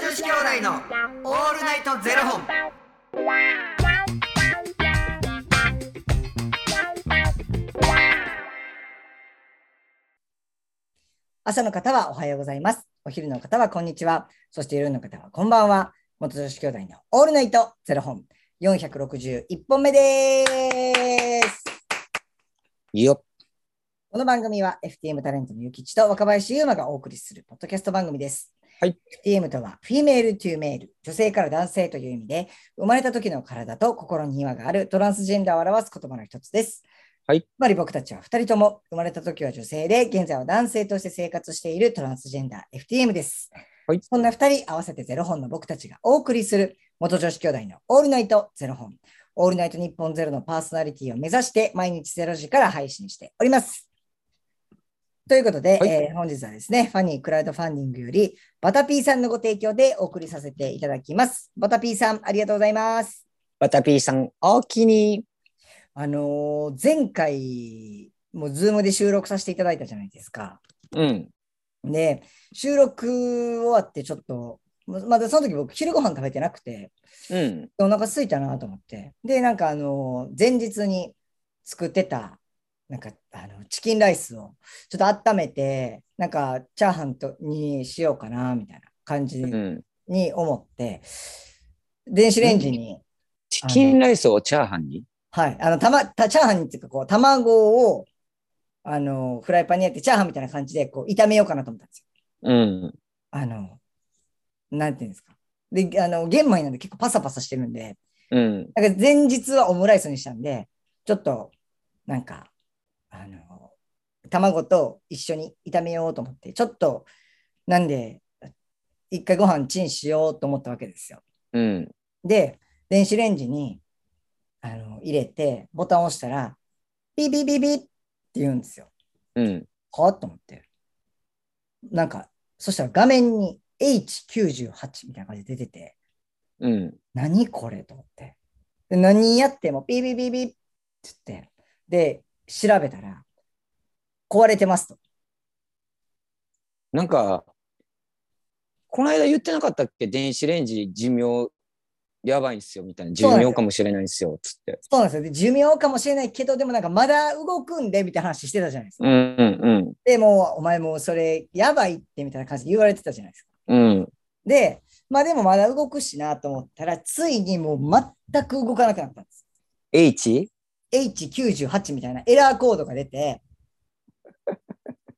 子兄弟のオールナイトゼロ本。朝の方はおはようございます。お昼の方はこんにちは。そして夜の方はこんばんは。元女子兄弟のオールナイトゼロ本461本目です。いいよ。この番組は FTM タレントのゆきちと若林優馬がお送りするポッドキャスト番組です。はい、 FTM とはフィメールトゥーメール、女性から男性という意味で、生まれた時の体と心に違和があるトランスジェンダーを表す言葉の一つです。はいつまり僕たちは2人とも生まれた時は女性で、現在は男性として生活しているトランスジェンダー FTM です。はいそんな2人合わせてゼロ本の僕たちがお送りする元女子兄弟のオールナイトゼロ本。オールナイト日本ゼロのパーソナリティを目指して毎日0時から配信しております。ということで、はいえー本日はですね、ファニークラウドファンディングよりバタピーさんのご提供でお送りさせていただきます。バタピーさん、ありがとうございます。わたぴーさん、おおきに。あのー前回、もうズームで収録させていただいたじゃないですか。うん。で、収録終わってちょっと、ままだその時僕昼ご飯食べてなくて、うん。お腹空いたなと思って。で、なんかあの、前日に作ってた、なんかあの、チキンライスをちょっと温めて、なんかチャーハンとにしようかな、みたいな感じうん。に思って、電子レンジに、チキンライスをチャーハンに。はい、あの、たま、たチャーハンにっていうか、こう、卵を、あの、フライパンにやって、チャーハンみたいな感じで、こう、炒めようかなと思ったんですよ。うん。あの、なんていうんですか。で、あの、玄米なんで結構パサパサしてるんで、うん。なんか前日はオムライスにしたんで、ちょっと、なんか、あの、卵と一緒に炒めようと思って、ちょっと、なんで、一回ご飯チンしようと思ったわけですよ。うん。で、電子レンジに、あの、入れて、ボタンを押したら、ビビビビって言うんですよ。うん。はあと思って。なんか、そしたら画面に H98 みたいな感じで出てて、うん。何これと思って。で何やってもピーピーピーピーって言って、で、調べたら、壊れてますと。なんか、この間言ってなかったっけ電子レンジ寿命やばいんすよ、みたいな。寿そうなんですよ命かもしれないんすよ、つって。そうなんですよ。で、寿命かもしれないけど、でもなんかまだ動くんで、みたいな話してたじゃないですか。うんうんで、もうお前もうそれやばいって、みたいな感じで言われてたじゃないですか。うん。うん。で、まあでもまだ動くしなと思ったら、ついにもう全く動かなくなったんです。 H? H98 みたいなエラーコードが出て、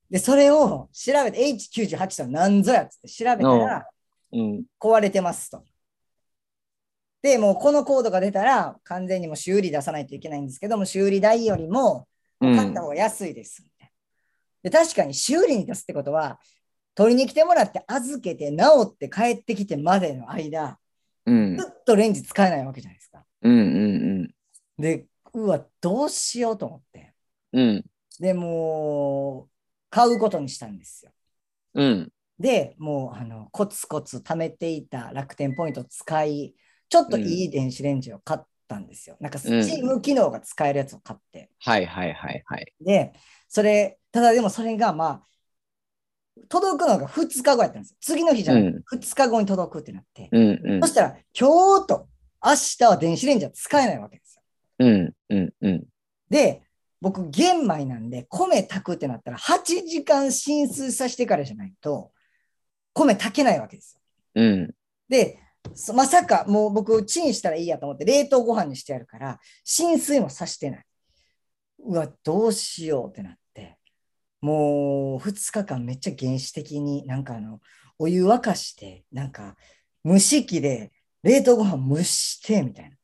で、それを調べて、H98 とは何ぞやっつって調べたら、うん。壊れてますと。で、もうこのコードが出たら、完全にもう修理出さないといけないんですけども、修理代よりも、う買っんた。方が安いです、みたいなで。確かに修理に出すってことは、取りに来てもらって預けて、直って帰ってきてまでの間、うん。ずっとレンジ使えないわけじゃないですか。うんうんで、うわ、どうしようと思って。うん。うん。で、もう、買うことにしたんですよ。うん。で、もうあのコツコツ貯めていた楽天ポイントを使い、ちょっといい電子レンジを買ったんですよ。なんかスチーム機能が使えるやつを買って。はいはいはいはい。で、それ、ただでもそれがまあ、届くのが2日後やったんですよ。次の日じゃなくて、2日後に届くってなって。うんうんそしたら、今日と明日は電子レンジは使えないわけですよ。うんうんうん。で、僕、玄米なんで、米炊くってなったら、8時間浸水させてからじゃないと、米炊けないわけですよ。うん。で、そまさかもう僕、チンしたらいいやと思って、冷凍ご飯にしてやるから、浸水もさしてない。うわ、どうしようってなって、もう2日間めっちゃ原始的になんかあの、お湯沸かして、なんか蒸し器で冷凍ご飯蒸してみたいな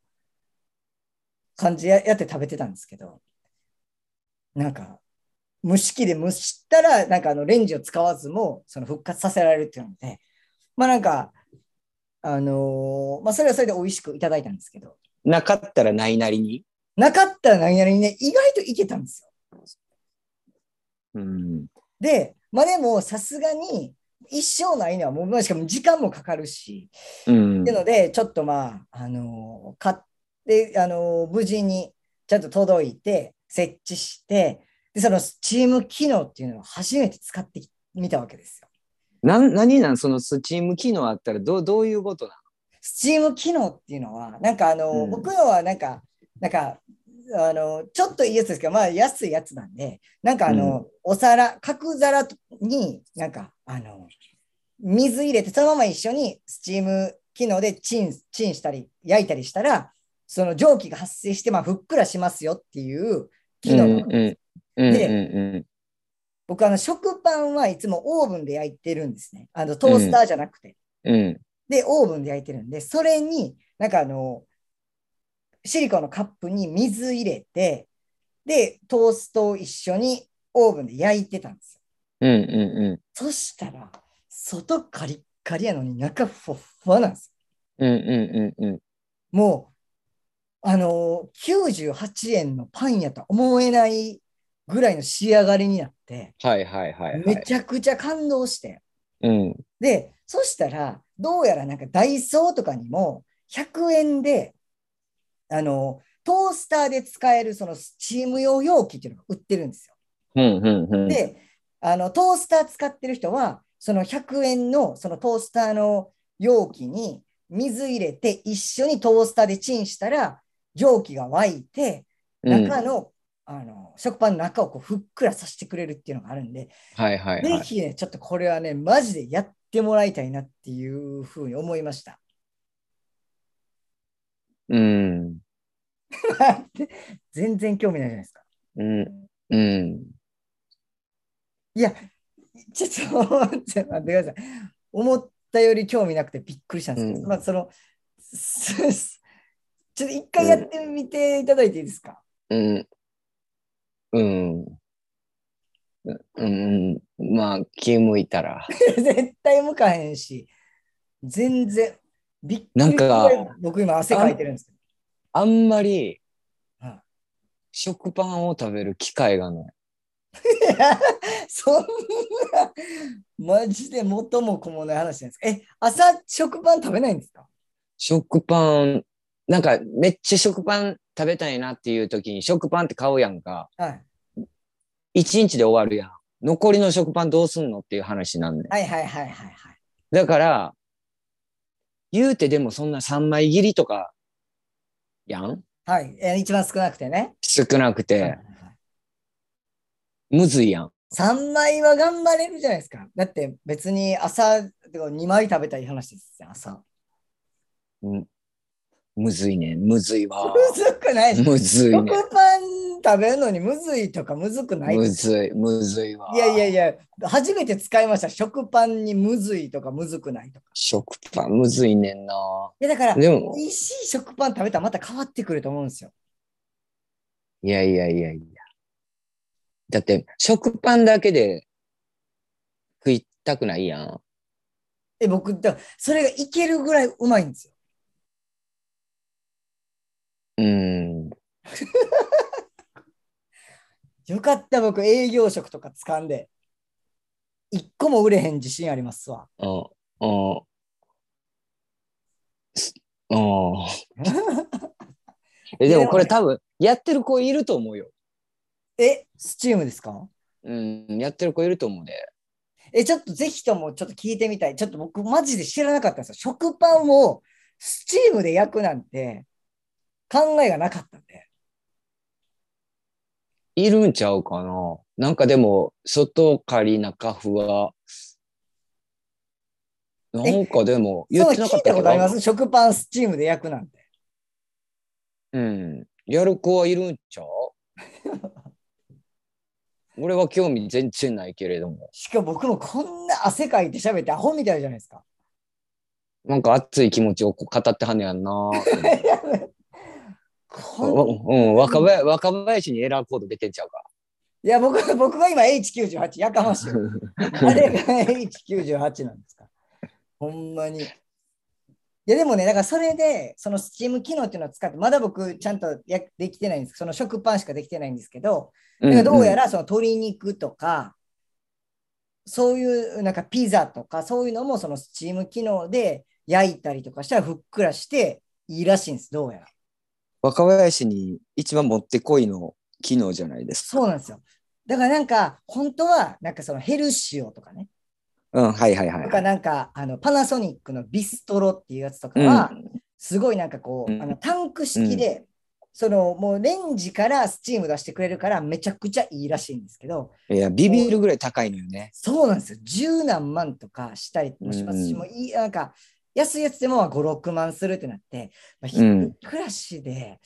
感じでややって食べてたんですけど、なんか、蒸し器で蒸したら、なんかあのレンジを使わずも、その復活させられるっていうので、まあなんか、あのーまあ、それはそれで美味しくいただいたんですけど、なかったらないなりに。なかったら何々にね、意外といけたんですよ。うん。で、まあでも、さすがに、一生ないのは、もう、まあしかも時間もかかるし、うんっていうので、ちょっとまあ、あのー買って、あのー無事にちゃんと届いて、設置して、で、そのチーム機能っていうのを初めて使ってみたわけですよ。なん何なんそのスチーム機能あったらどうどういうことなスチーム機能っていうのは、なんかあの、うん僕のはなんか、なんか、あの、ちょっといいやつですけど、まあ安いやつなんで、なんかあの、お皿、角皿に、なんか、あの、水入れて、そのまま一緒にスチーム機能でチン、チンしたり、焼いたりしたら、その蒸気が発生して、まあ、ふっくらしますよっていう機能のなうんですうんうんうん僕あの食パンはいつもオーブンで焼いてるんですね。あのトースターじゃなくて。うんうんで、オーブンで焼いてるんで、それになんかあの、シリコンのカップに水入れて、で、トーストを一緒にオーブンで焼いてたんですよ。うんうんそしたら、外カリッカリやのに中ふわっふわなんですうんうんうんうんよ。もう、あのー、98円のパンやとは思えないぐらいの仕上がりになって、はいはいはいはめいちゃくちゃ感動して。うんで、そしたら、どうやらなんかダイソーとかにも100円で、あの、トースターで使えるそのスチーム用容器っていうのが売ってるんですよ。うんうんうんで、あの、トースター使ってる人は、その100円のそのトースターの容器に水入れて一緒にトースターでチンしたら、蒸気が湧いて、うん中の、あの、食パンの中をこうふっくらさせてくれるっていうのがあるんで、はいはいはぜいひね、ちょっとこれはね、マジでやってもらいたいなっていうふうに思いました。 うん全然興味ないじゃないですか。うんうんいや、ちょっと待ってください。思ったより興味なくてびっくりしたんですけど、うんまあその、 すすちょっと一回やってみていただいていいですか、 うんうんうんうんまあ気向いたら絶対向かへんし、全然、びっくりなんかするぐらい僕今汗かいてるんですけど。あんまりはい食パンを食べる機会がないいや そんな、マジで元も子もない話じゃないですか。え、朝食パン食べないんですか食パン、なんかめっちゃ食パン食べたいなっていう時に食パンって買うやんか。はい。一日で終わるやん。残りの食パンどうすんのっていう話なんで。はいはいはいはいはい。だから、言うてでもそんな3枚切りとか、やんはい。え一番少なくてね。少なくて、むずいやん。 3枚は頑張れるじゃないですか。だって別に朝2枚食べたい話ですよ、朝。うんむずいね。むずいわ。むずくないし。むずい食ね。パン食べるのにむずいとかむずくないむいずい、むずいわ。やいやいや、初めて使いました。食パンにむずいとかむずくないとか。食パンむずいねんな。いやだから、でも、美味しい食パン食べたらまた変わってくると思うんですよ。いやいやいやいや。だって、食パンだけで食いたくないやん。え、僕、だからそれがいけるぐらいうまいんですよ。うん。よかった、僕、営業職とか掴んで。一個も売れへん自信ありますわ。あ、あ、す あ。え、でもこれ多分、やってる子いると思うよ。え、スチームですかうん、やってる子いると思うね。え、ちょっとぜひともちょっと聞いてみたい。ちょっと僕、マジで知らなかったんですよ。食パンをスチームで焼くなんて考えがなかったんで。いるんちゃうかな。なんかでも、外仮中ふわ。なんかでも、言ってなそかんな聞いったたこけとどあります食パンスチームで焼くなんて。うん。やる子はいるん ちゃう俺は興味全然ないけれども。しかも僕もこんな汗かいて喋ってアホみたいじゃないですか。なんか熱い気持ちをこう語ってはんねや んな。こんわうん、若林若林にエラーコード出てんちゃうか。いや、僕、 僕が今 H98、やかま しい。あれが H98 なんですか。ほんまに。いや、でもね、だからそれで、そのスチーム機能っていうのを使って、まだ僕、ちゃんとやできてないんですその食パンしかできてないんですけど、うんなんかどうやらその鶏肉とか、そういうなんかピザとか、そういうのもそのスチーム機能で焼いたりとかしたらふっくらしていいらしいんです、どうやら。若林に一番もってこいの機能じゃないですか。そうなんですよ。だからなんか、本当は、なんかそのヘルシオとかね、うん、はいはいはいとか、はい。なんか、あの、パナソニックのビストロっていうやつとかうは、ん、すごいなんかこう、うんあのタンク式で、そのもうレンジからスチーム出してくれるからめちゃくちゃいいらしいんですけど、いや、ビビるぐらい高いのよね。そうなんですよ。十何万とかしたりもしますし、うんもういい、なんか、安いやつでもまあ5、6万するってなって、まあ、一うん人暮らしで、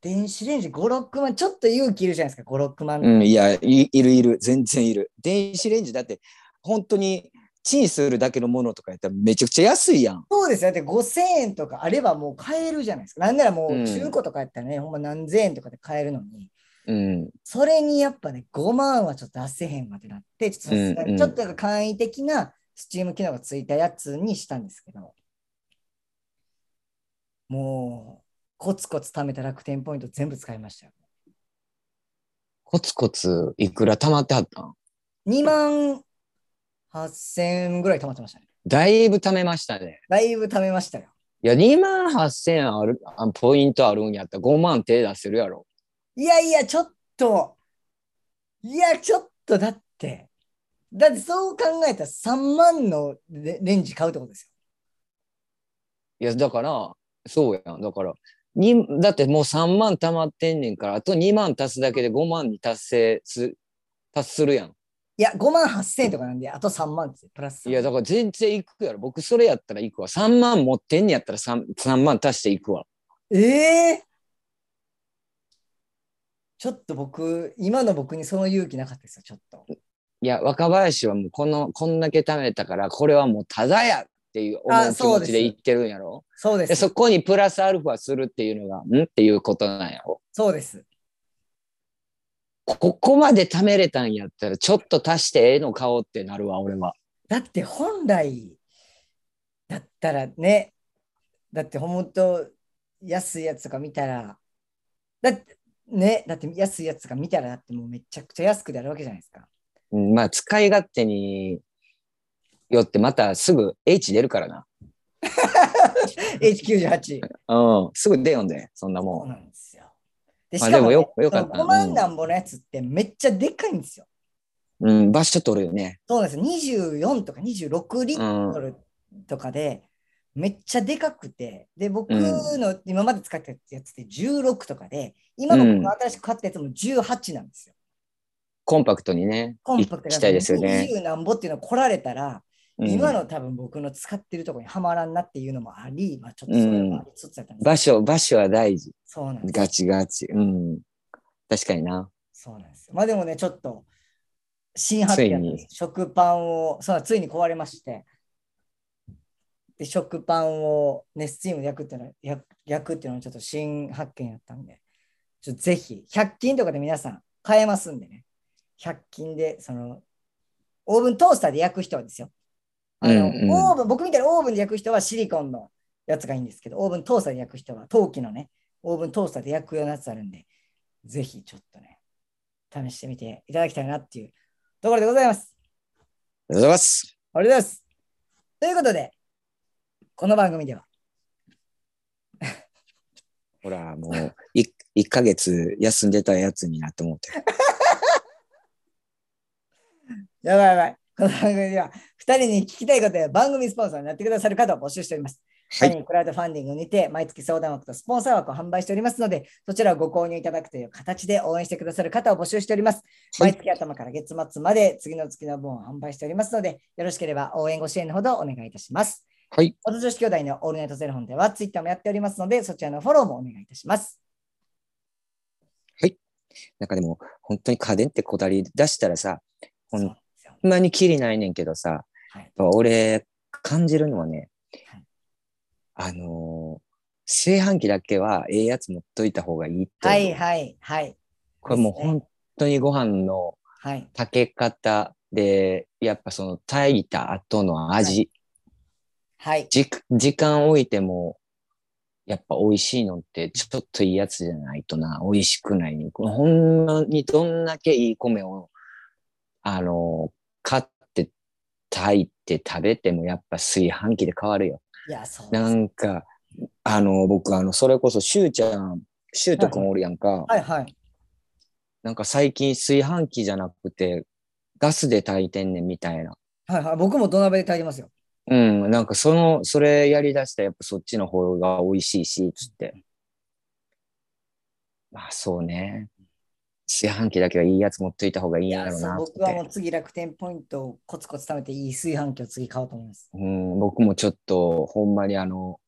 電子レンジ5、6万、ちょっと勇気いるじゃないですか、5、6万。うん、いや、いいるいる、全然いる。電子レンジだって、本当にチンするだけのものとかやったらめちゃくちゃ安いやん。そうですよ。だって5000円とかあればもう買えるじゃないですか。なんならもううん中古とかやったらね、ほんま何千円とかで買えるのに、うん、それにやっぱね、5万はちょっと出せへんわってなって、ちょっとさすがうんうにんちょっとなんか簡易的なスチーム機能がついたやつにしたんですけど、もう、コツコツ貯めた楽天ポイント全部使いましたよ。コツコツいくら貯まってはったん2万8000円ぐらい貯まってましたね。だいぶ貯めましたね。だいぶ貯めましたよ。いや、2万8000ある、あポイントあるんやったら5万手出せるやろ。いやいや、ちょっと、いや、ちょっとだって、だってそう考えたら3万のレレンジ買うってことですいや、だから、そうやん。だから、にだってもう3万貯まってんねんから、あと2万足すだけで5万に達成す、達するやん。よ。いや、5万8000円とかなんで、あと3万ですよプラス3いや、だから全然いくやろ。僕、それやったらいくわ。3万持ってんねやったら 3, 3万足していくわ。ええちょっと僕、今の僕にその勇気なかったですよ、ちょっと。いや、若林はもうこの、こんだけ貯めたから、これはもうただやっていう思あう気そう持ですちで言ってるんやろ。そうで。ですそこにプラスアルファするっていうのが、んっていうことなんやろ。そうです。ここまで貯めれたんやったら、ちょっと足してええの買おうってなるわ、俺は。だって本来だったらね、だって本当安いやつとか見たら、だってね、だって安いやつとか見たらだってもうめちゃくちゃ安くであるわけじゃないですか。うんまあ、使い勝手によって、またすぐ H 出るからな。 H98。うん、すぐ出よんで、そんなそうもん。なんですよ。で、まあしかも、ね、でもよよかった5万なんぼのやつってめっちゃでかいんですよ。うん、場所取るよね。そうなんですよ。24とか26リうッんト。ルとかで、めっちゃでかくて、で、僕うの今まで使ってたやつって16とかで、今のうん僕が新しく買ったやつも18なんですよ。コンパクトにね。コンパクト行きたいですよね。 20何ぼっていうの来られたら、うん今の多分僕の使ってるところにはまらんなっていうのもあり、まあ、ちょっとそれもありつつだったんですけど場所、場所は大事。そうなんです。ガチガチ。うん。確かにな。そうなんですよ。まあでもね、ちょっと、新発つい見に、食パンを、そうついに壊れまして、で、食パンをね、スチームで焼くっていうのは、焼焼くっていうのはちょっと新発見やったんで、ちょっとぜひ、100均とかで皆さん買えますんでね、100均で、その、オーブントースターで焼く人はですよ。あの、うんうんオーブン、僕みたいなオーブンで焼く人はシリコンのやつがいいんですけど、オーブントースターで焼く人は、陶器のね、オーブントースターで焼くようなやつあるんで、ぜひちょっとね、試してみていただきたいなっていうところでございます。ありがとうございます。ありがとうございます。ということで、この番組では、ほら、もう、い1ヶ月休んでたやつになって思って。やばいやばい、この番組では、2人に聞きたいことや番組スポンサーになってくださる方を募集しております。はさらい。にクラウドファンディングにて毎月相談枠とスポンサー枠を販売しておりますので、そちらをご購入いただくという形で応援してくださる方を募集しております。は毎い。月頭から月末まで次の月の分を販売しておりますので、よろしければ応援ご支援のほどお願いいたします。はい。元女子兄弟のオールナイトゼロ本ではツイッターもやっておりますので、そちらのフォローもお願いいたします。なんかでも、本当に家電ってこだわり出したらさ、ほそうんなんですよほんまにきりないねんけどさ、やっはいぱ俺感じるのはねはい、あのー炊飯器だけはええやつ持っといた方がいいって思はう、いはいはいこれもうですね本当にご飯のはい。炊け方で、やっぱその炊いた後の味、はい。じ時間置いても、やっぱ美味しいのってちょっといいやつじゃないとな、美味しくないね。このほんまにどんだけいい米を、あの、買って炊いて食べてもやっぱ炊飯器で変わるよ。いや、そうでなす。んか、あの、僕、あの、それこそしゅうちゃん、しゅうとくんおるやんか、はいはい。なんか最近炊飯器じゃなくてガスで炊いてんねんみたいなはいはい。僕も土鍋で炊いてますよ。うん、なんかその、それやりだしたらやっぱそっちの方が美味しいし、つって。まあそうね。炊飯器だけはいいやつ持っといた方がいいんやろうそうなっ僕はもて。う次楽天ポイントをコツコツ貯めていい炊飯器を次買おうと思います。うん、僕もちょっと、ほんまにあの、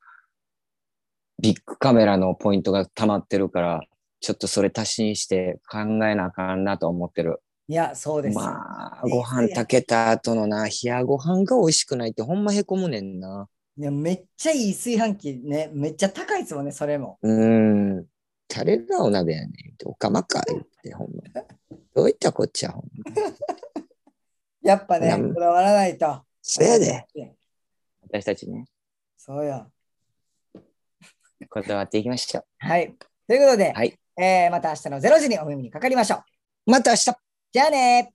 ビッグカメラのポイントが溜まってるから、ちょっとそれ足しにして考えなあかんなと思ってる。いや、そうですよ。まあ、ご飯炊けた後のな、冷やご飯が美味しくないってほんまへこむねんな。ねめっちゃいい炊飯器ね。めっちゃ高いですもんね、それも。うん。誰がお鍋やねんって、おかまか言って、ほんま。どういったこっちゃ、ほんま。やっぱね、うんこだわらないと。そやで。。私たちね、そうよ。こだわっていきましょはい。ということで、はいえーまた明日の0時にお耳にかかりましょう。う。また明日じゃあねー